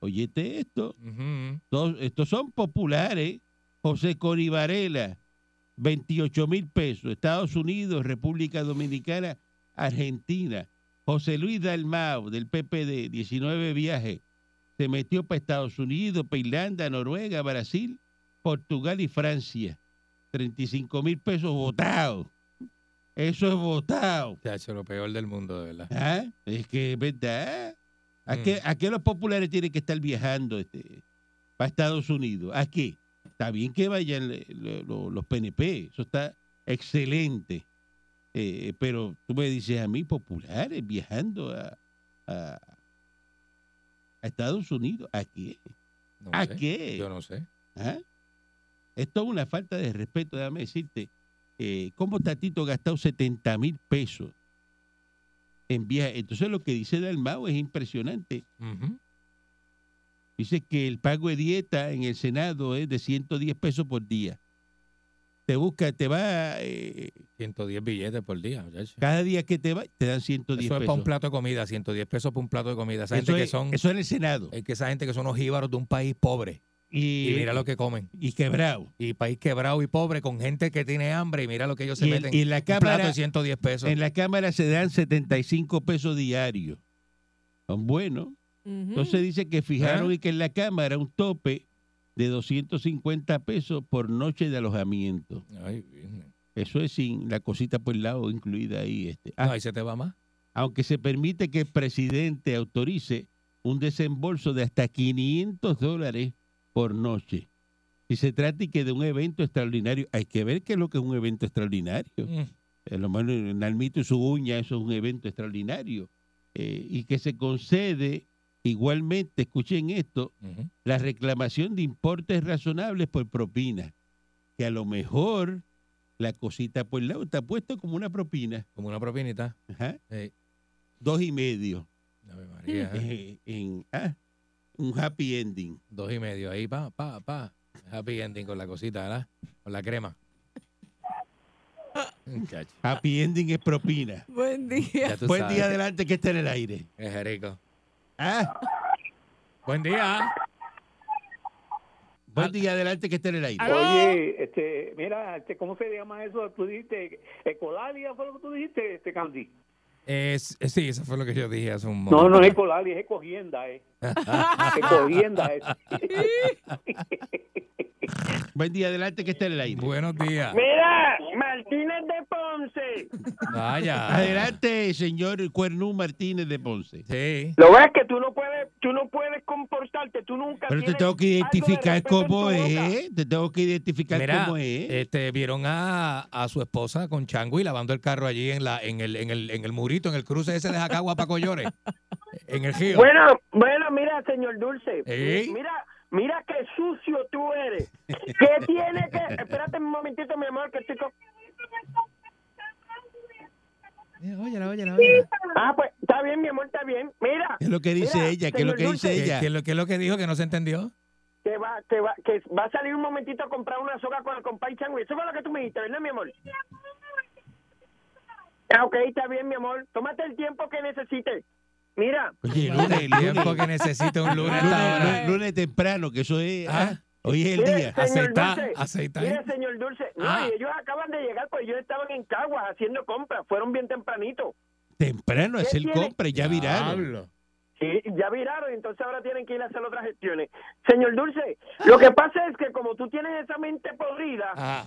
Oyete esto.
Ujú. mm.
Todos- estos son populares. José Cori Varela, 28 mil pesos. Estados Unidos, República Dominicana, Argentina. José Luis Dalmao, del PPD, 19 viajes. Se metió para Estados Unidos, para Irlanda, Noruega, Brasil, Portugal y Francia. 35 mil pesos votados. Eso es votado.
Chacho, lo peor del mundo, de verdad.
Ah, Es que es verdad. ¿A,
Mm.
qué, a qué los populares tienen que estar viajando este, para Estados Unidos? ¿A qué? Está bien que vayan le- lo- lo- los PNP, eso está excelente. Eh, pero tú me dices a mí, populares viajando a, a- a Estados Unidos, ¿a qué?
No
¿A
sé.
qué?
Yo no sé.
¿Ah? Esto es una falta de respeto, déjame decirte. Eh, ¿Cómo Tatito ha gastado 70 mil pesos en viaje? Entonces lo que dice Dalmau es impresionante.
Ujú.
Dice que el pago de dieta en el Senado es de 110 pesos por día. Te busca, te va, eh,
110 billetes por día, muchacho.
cada día que te va, te dan 110
Eso es para
pesos.
un plato de comida, 110 pesos para un plato de comida. Esa
eso,
gente
es,
que son,
eso en el Senado.
es que esa gente que son los jíbaros de un país pobre.
Y,
Y mira lo que comen.
y quebrado.
Y país quebrado y pobre con gente que tiene hambre y mira lo que ellos se
Y, en-
meten.
y en la
un plato
Cámara
de 110 pesos.
en la cámara se dan 75 pesos diarios. Son buenos.
Ujú.
Entonces dice que fijaron
Ah.
y que en la Cámara un tope de 250 pesos por noche de alojamiento.
Ay, bien.
Eso es sin la cosita por el lado incluida ahí. Este. Ah,
No, ahí se te va más.
Aunque se permite que el presidente autorice un desembolso de hasta 500 dólares por noche. Si se trata y que de un evento extraordinario, hay que ver qué es lo que es un evento extraordinario.
Mm.
A lo mejor en Almito y su uña, eso es un evento extraordinario. Eh, y que se concede igualmente, escuchen esto,
Ujú.
la reclamación de importes razonables por propina, que a lo mejor la cosita por lado está puesto como una propina,
Como una propinita.
ajá,
Ey,
dos y medio,
Ave María, eh.
eh, en, ah, un happy ending.
Dos y medio ahí, pa, pa, pa. Happy ending con la cosita, ¿verdad? Con la crema. Muchacho,
Happy ending es propina.
Buen día.
(laughs) ya tú
Buen
sabes.
día adelante que está en el aire.
Es rico.
Ah,
Buen día.
buen
Ah.
día adelante que está en el aire.
Aló.
Oye, este, mira, este, ¿cómo se llama eso? Tú dijiste, Ecolalia fue lo que tú dijiste, este Candy.
Es- eh, sí, eso fue lo que yo dije hace un momento.
No, no es Ecolalia, es Ecogienda,
(laughs)
eh. Ecogienda, eh.
Buen día adelante que está en el aire.
Buenos días.
Mira, Martínez de Ponce.
Vaya.
Adelante, señor Cuernú Martínez de Ponce.
Sí.
Lo ves que tú no puedes, tú no puedes comportarte, tú nunca
Pero te tengo que identificar cómo es, te tengo que identificar
Mira,
cómo es.
este, vieron a, a su esposa con Changui lavando el carro allí en la en el, en el, en el murito, en el cruce ese de Jacagua para Collores, (laughs) en el río.
Bueno, bueno, mira, señor Dulce.
¿Eh?
Mira, mira qué sucio tú eres.
(laughs)
¿Qué tiene que...? Espérate un momentito, mi amor, que estoy con-
Eh, Óyela, óyela, óyela.
Ah, pues, está bien, mi amor, está bien. Mira.
¿Qué es lo que dice
Mira,
ella? ¿Qué es lo
señor
que dice
Dulce,
¿Qué,
ella?
qué es lo, qué es lo que dijo que no se entendió?
Que va, que va, que va a salir un momentito a comprar una soga con el compay Changui. Eso fue lo que tú me dijiste, ¿verdad, mi amor? Ah, ok, está bien, mi amor. Tómate el tiempo que necesites. Mira,
Oye, lunes,
El
lunes,
tiempo que necesita un
lunes,
lunes. esta hora.
Ah. lunes- lunes temprano, que eso es.
Ah.
ah, hoy es el
Mire,
día.
señor
Aceita,
Dulce,
aceita. ¿eh?
mire, señor Dulce. No,
Ah.
y ellos acaban de llegar, pues ellos estaban en Caguas haciendo compras. Fueron bien tempranito.
Temprano
¿Qué
hacer
tiene?
compra, ya viraron.
Diablo.
Sí, ya viraron, entonces ahora tienen que ir a hacer otras gestiones. Señor Dulce, lo que pasa es que como tú tienes esa mente podrida,
Ah,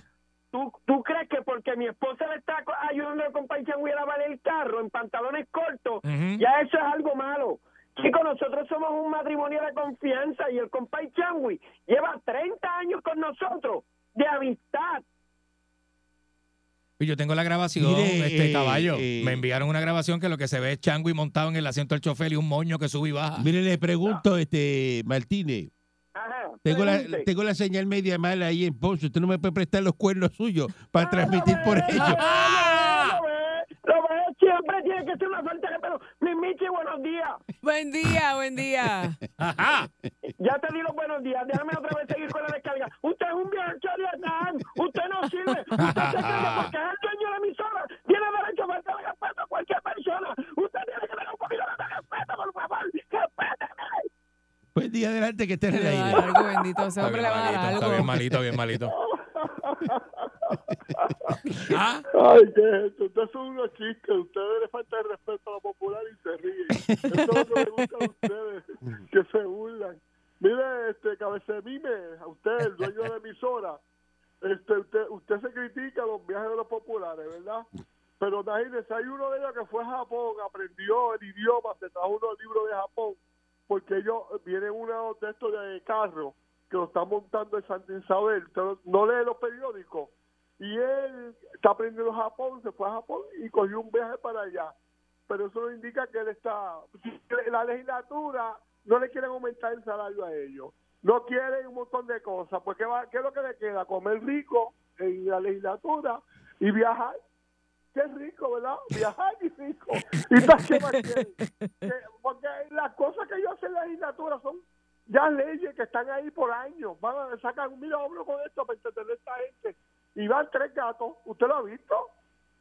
¿Tú, ¿Tú crees que porque mi esposa le está co- ayudando al compañero Changui a lavar el carro en pantalones cortos,
ujú.
ya eso es algo malo? Chicos, nosotros somos un matrimonio de confianza y el compañero Changui lleva 30 años con nosotros de amistad.
Y yo tengo la grabación,
Mire,
este
eh,
caballo.
eh.
me enviaron una grabación que lo que se ve es Changui montado en el asiento del chofer y un moño que sube y baja.
Mire, le pregunto, este, Martínez,
Ajá,
tengo la,
pregunte.
tengo la señal media mala ahí en Ponce. Usted no me puede prestar los cuernos suyos para transmitir por ellos.
Ah, Lo ve, lo ve, siempre tiene que ser una falta de pelo. Mi Michi, buenos días.
Buen día, buen día.
Ajá.
Ya te di los buenos días. Déjame otra vez seguir con la descarga. Usted es un viejo charlatán. Usted no sirve. Usted se cree que porque es el dueño de la emisora. Tiene derecho a faltar el respeto a cualquier persona. Usted tiene que tener un poquito más de respeto, por favor. Respétame.
Buen día adelante que esté en
Le
el
va a
aire.
dar algo bendito. Ese
Está
hombre
bien
le va a dar
malito, está bien
algo.
malito, bien malito. Ah,
Ay, que esto, ustedes son unos chistes, ustedes le falta el respeto a la popular y se ríen. Eso es lo que me gusta de ustedes, que se burlan. Mire, este, cabecemime, a usted, el dueño de la emisora, este, usted, usted se critica los viajes de los populares, ¿verdad? Pero imagínense, hay uno de ellos que fue a Japón, aprendió el idioma, se trajo unos libros de Japón, porque ellos vienen uno de estos de carro que lo están montando en Santa Isabel, usted no- no lee los periódicos y él está aprendiendo Japón, se fue a Japón y cogió un viaje para allá. Pero eso no indica que él está... La legislatura no le quieren aumentar el salario a ellos. No quieren un montón de cosas. Pues ¿qué, va- qué es lo que le queda? Comer rico en la legislatura y viajar. Qué rico, ¿verdad? Viajar y rico. ¿Y pa' qué más quieren? (laughs) Que- Eh, Porque las cosas que yo hace en la legislatura son ya leyes que están ahí por años. Van a sacar, mira, hombre, con esto para entretener a esta gente y van tres gatos, ¿usted lo ha visto?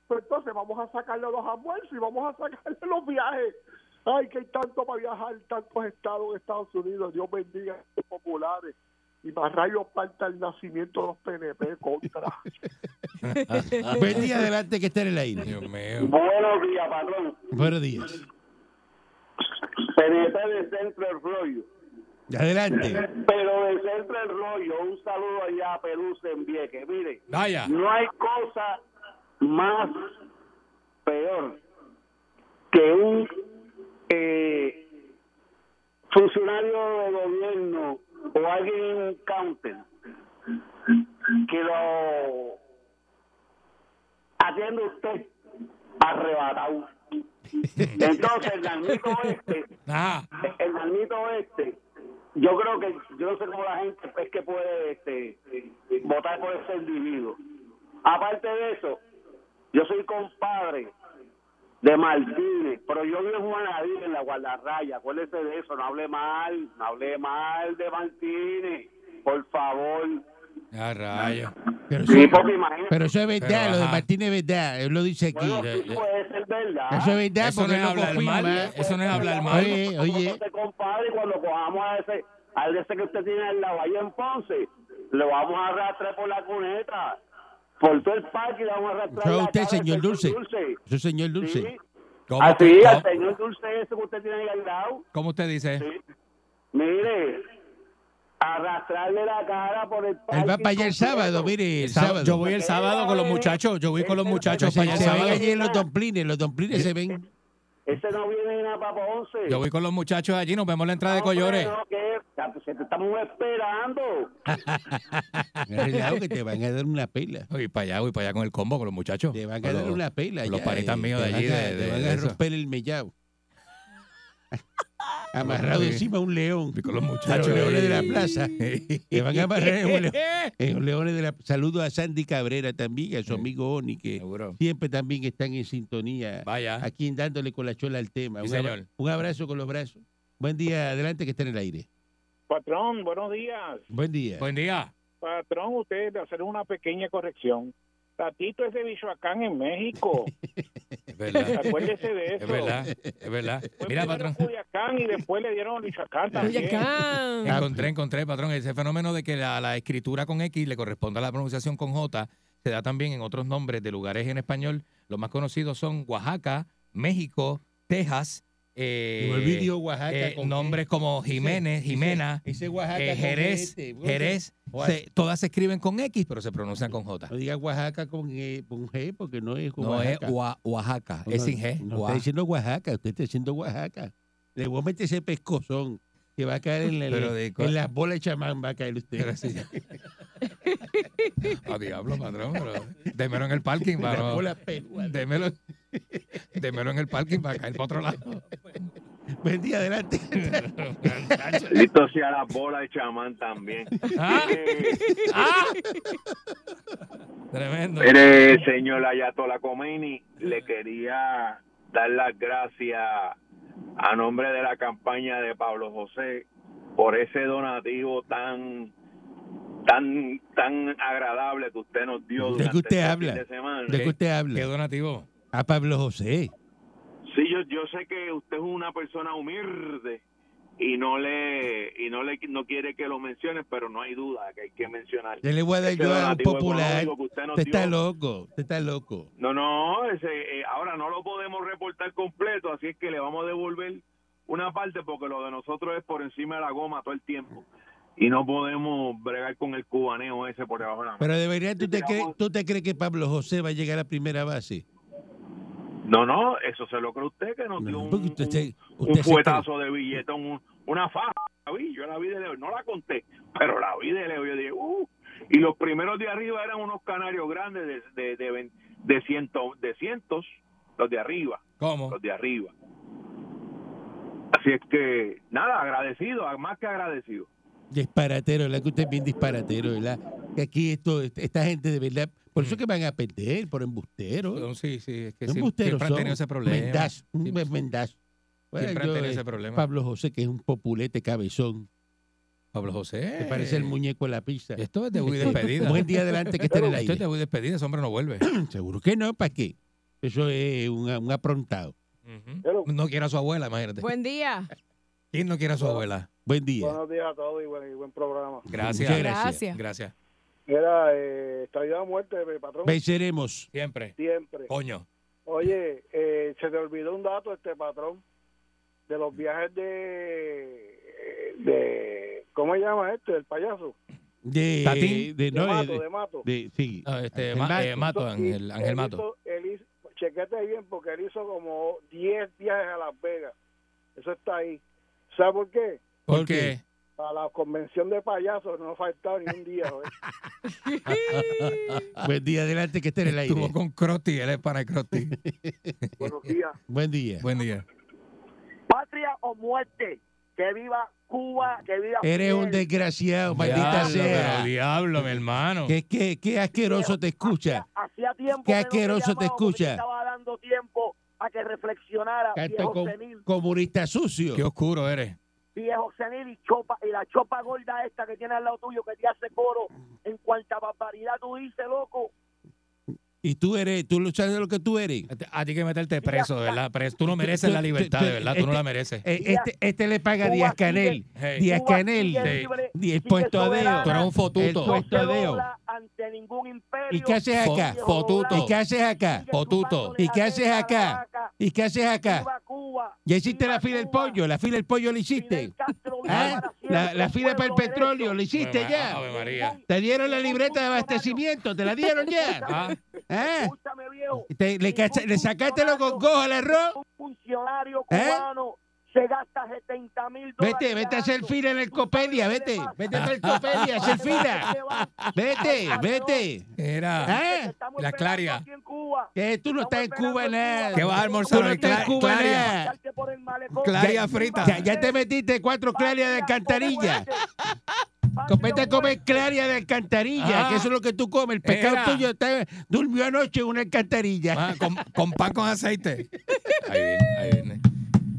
Pues entonces vamos a sacarle los almuerzos y vamos a sacarle los viajes. Ay, que hay tanto para viajar, tantos estados en Estados Unidos, Dios bendiga a los populares. Y más rayos falta el nacimiento de los PNP contra.
(laughs) Buen día adelante que esté en el aire.
Dios mío.
(laughs) Buenos días, patrón.
Buenos días.
PNP de Centro del Rollo.
Adelante.
Pero de Centro del Rollo, un saludo allá a Perú, en Vieques. Mire,
Vaya.
No hay cosa más peor que un eh, funcionario de gobierno o alguien en un counter que lo atiende usted arrebatado. Entonces, el narnito este,
Ajá.
el narnito este, yo creo que, yo no sé cómo la gente es que puede este, votar por ese individuo. Aparte de eso, yo soy compadre de Martínez, pero yo vi a Juanadí en la guardarraya, acuérdese de eso, no hable mal, no hable mal de Martínez, por favor.
A rayo.
Pero
Sí,
eso,
porque imagínate,
pero eso es verdad,
Pero,
lo de
ajá.
Martínez es verdad. Él lo dice aquí.
bueno,
Eso
sí ah. puede ser
es
verdad.
verdad
Eso no
porque él
es
lo
hablar mal.
confirma.
Eso no es hablar mal.
Oye, oye.
Nosotros, este compadre, cuando cojamos a ese, al ese que usted tiene al lado ahí en Ponce, lo vamos a arrastrar por la cuneta, por todo el parque y le vamos a arrastrar.
Eso
la
es usted,
cara del
señor Dulce. Ah, Eso es señor
Sí.
Dulce.
¿Cómo,
Así,
usted,
al
cómo-
señor Dulce ese que usted tiene ahí al lado.
cómo usted dice?
Mire, arrastrarle la cara por el parque.
Él va para allá el sábado, mire, el sábado.
Yo voy el sábado con los muchachos, yo voy con los muchachos
se,
para allá el
se ven
sábado.
allí en los domplines, los domplines se (laughs) ven.
Ese no viene nada para Ponce.
Yo voy con los muchachos allí, nos vemos en la entrada de
Hombre,
Collores.
no, que- ya, pues, te Estamos esperando.
Relajo que te van a dar una pela.
Voy para allá, voy para allá con el combo, con los muchachos.
Te van a
Con
dar
los-
una pela.
Los
ya,
paritas
eh,
míos de
te
allí.
van a-
de-
Te
de-
van
de
a
eso.
romper el
(laughs)
mellao. Amarrado
Sí.
encima un león.
Voy con los
A los
muchachos.
leones de la
ahí. (laughs)
plaza. Te van a amarrar en un león. en un leones de la Saludo a Sandy Cabrera también, y a su
Sí.
amigo Oni, que
Seguro.
siempre también están en sintonía.
Vaya.
Aquí en dándole con la chola al tema.
Sí,
un, abra-
señor.
un abrazo con los brazos. Buen día, adelante que está en el aire.
Patrón, buenos días.
Buen día.
Buen día.
Patrón, usted de hacer una pequeña corrección. Tatito es de Michoacán, en México.
Es verdad.
Acuérdese de
Es
eso.
verdad. Es verdad.
Fue
Mira,
primero
patrón.
Culiacán y después le dieron Michoacán también.
Culiacán.
Encontré, encontré, patrón, ese fenómeno de que la, la escritura con X le corresponde a la pronunciación con J, se da también en otros nombres de lugares en español. Los más conocidos son Oaxaca, México, Texas, eh,
No olvide Oaxaca.
eh,
con
nombres como Jiménez,
Ese-
Jimena,
ese Oaxaca
eh,
con
Jerez,
este, bueno,
Jerez,
Oaxaca.
se- todas se escriben con X, pero se pronuncian con J.
No diga Oaxaca con, E- con G porque no es
No es
Oaxaca.
Oa- Oaxaca, es sin G.
No
Oa-
está diciendo Oaxaca, usted está diciendo Oaxaca. Le voy a meter ese pescozón que va a caer en, la-
Pero de-
(laughs) en las bolas de chamán, va a caer usted.
Pero sí,
Ah,
A (laughs) diablo, patrón, pero démelo Eh, en
(laughs)
el parking para no- démelo, (laughs) démelo en el parking para caer para otro lado.
Vendí adelante. (laughs)
Listo sea la bola de chamán también.
Ah,
Eh,
ah. Tremendo.
Mire, señor Ayatola Khomeini, le quería dar las gracias a nombre de la campaña de Pablo José por ese donativo tan tan tan agradable que usted nos dio
¿De
durante
qué usted
este
habla?
fin de semana.
¿De qué usted
Qué Ah,
habla?
donativo.
A Pablo José.
Sí, yo, yo sé que usted es una persona humilde y no le y no le no quiere que lo mencione, pero no hay duda que hay que mencionar.
Yo le voy a dar
Ese
yo a un
donativo
popular.
económico que usted nos
Usted está
dio.
loco. Usted está loco.
No, no, ese, eh, ahora no lo podemos reportar completo, así es que le vamos a devolver una parte porque lo de nosotros es por encima de la goma todo el tiempo. Y no podemos bregar con el cubaneo ese por debajo de la mesa.
Pero de verdad, ¿tú te, crees, ¿tú te crees que Pablo José va a llegar a primera base?
No, no, eso se lo cree usted que nos dio
No,
un,
porque usted se-
un,
usted
un
se
fuetazo de billetón, un- una faja. La vi, yo la vi de lejos, no la conté, pero la vi de lejos. Yo dije, uh, y los primeros de arriba eran unos canarios grandes de, de, de, ven- de ciento- de cientos, los de arriba.
¿Cómo?
los de arriba. Así es que, nada, agradecido, más que agradecido.
Disparatero, la que usted es bien disparatero, ¿verdad? Que aquí esto, esta gente de verdad, por
Mm.
eso que van a perder, por embusteros.
No, Sí, sí, es que
Los
sí,
embusteros
siempre han
son
tenido ese problema.
Mendazo, un
Siempre-
mendazo. Bueno,
Siempre han
yo,
tenido
eh,
ese problema. Pablo,
Pablo José, que es un populete cabezón,
José.
que parece el muñeco de la pizza.
Eh, Esto es de muy despedida.
Buen día adelante que esté en el
Esto es
aire.
de muy despedida, ese hombre
(coughs)
no vuelve.
(laughs) Seguro que no, ¿para qué? Eso es un, un aprontado.
Ujú. No quiere a su abuela, imagínate.
Buen día.
¿Quién no quiere a su abuela?
Buen día.
Buenos días a todos y buen, y buen programa.
Gracias.
Muchas
gracias.
Gracias.
Mira, eh, estabilidad o muerte, eh, patrón,
Venceremos.
Siempre.
siempre.
Coño.
Oye, eh, se te olvidó un dato, este patrón, de los viajes de... eh, de ¿Cómo se llama este? El payaso.
De,
Tatín.
de- no,
de Mato,
de-
de Mato.
de- sí.
Ah, este,
Ángel
Ma-
Mato.
eh, Mato, Ángel, Ángel
Él
Mato.
hizo- él hizo- chequete bien porque él hizo como 10 viajes a Las Vegas. Eso está ahí. ¿Sabes por qué?
¿Por qué?
Porque
Para la convención de payasos no faltaba ni un día. joder.
(laughs)
Buen día adelante que esté en el
estuvo
aire.
con Crosti, él es para
(laughs)
el Crosti.
Buenos días.
Buen día.
Buen día.
patria o muerte. Que viva Cuba, que viva
Eres un
Fidel.
desgraciado, maldita
Diablo,
sea.
pero diablo, mi hermano.
¿Qué, qué, qué asqueroso te escucha.
Hacía tiempo
Qué
que no te
asqueroso te
llamaba porque
escucha. Este,
Estaba dando tiempo a que reflexionara,
Canto
viejo
com-
senil,
comunista sucio.
Qué oscuro eres.
viejo senil y, chopa, y la chopa gorda esta que tiene al lado tuyo que te hace coro en cuanta barbaridad tú dices, loco.
Y tú eres, tú luchas lo que tú eres.
A ti que meterte preso, de verdad. Preso. Tú no mereces la libertad, de verdad. Tú no la mereces.
Eh, este, este le paga a
Cuba
Díaz Canel.
Hey.
Díaz
Cuba
Canel.
sigue
eh,
libre,
Y el
sigue
puesto a
soberana,
dedo.
Tú eres un
El
fotuto.
No
puesto
se
a dedo.
dobla ante ningún imperio.
¿Y qué haces
Fo-
acá?
viejo
fotuto.
¿Y
doblado.
qué haces acá?
Sigue
Fotuto.
chupándole
¿Y qué
la
haces
teta a la
acá?
vaca.
¿Y qué haces acá?
Viva Cuba.
Ya hiciste
viva
la fila del
Cuba.
pollo. La fila del pollo la hiciste.
Fidel Castro vive
¿Ah?
para siempre,
La, la
un
fila para el
pueblo
petróleo
derecho.
la hiciste
Ave- pues, Ave
ya.
María.
Te dieron la libreta de abastecimiento. Te la dieron ya.
Ah,
(laughs) ¿Ah?
Escúchame, viejo.
Te- le, cacha- le sacaste los gongos al arroz.
Un funcionario
¿Eh?
cubano se gasta 70 mil dólares.
Vete, vete a hacer
diarios.
fila en el
Tú sabes
Copelia,
lo que
vete.
le pasa.
Vete al Copelia, a hacer fila. Vete, vete.
Era.
¿Ah?
Estamos
La
esperando
Claria.
aquí en Cuba.
Que tú no estás en Cuba nada.
¿Qué vas a almorzar
Tú no
hoy?
estás en
Cla-
Cuba
Claria.
nada.
Por el malecón.
Claria frita.
Ya, ya te metiste cuatro clarias de alcantarilla. Co- Vete a comer claria de alcantarilla,
Ah.
que eso es lo que tú comes. El pescado
Era.
tuyo está- durmió anoche en una alcantarilla.
Ah, con, con pan con aceite. Ahí viene, ahí viene.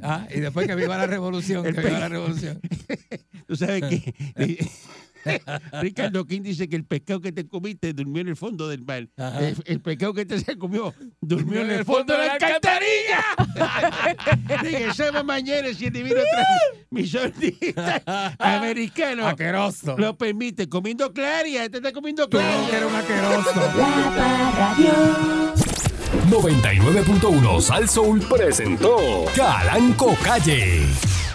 Ah, y después que viva la revolución, que
El
viva
pe-
la revolución.
Tú sabes (laughs) que Eh. (laughs) Ricardo King dice que el pescado que te comiste durmió en el fondo del mar.
Ajá.
El, el pescado que te se comió durmió en el fondo de la alcantarilla. (laughs) Regresamos mañana si el divino (laughs) misionista americano
Aqueroso.
lo permite. Comiendo claria, te está comiendo
Tú
claria.
eres un aqueroso.
La Parradio.
99.1 Sal Soul presentó Calanco Calle.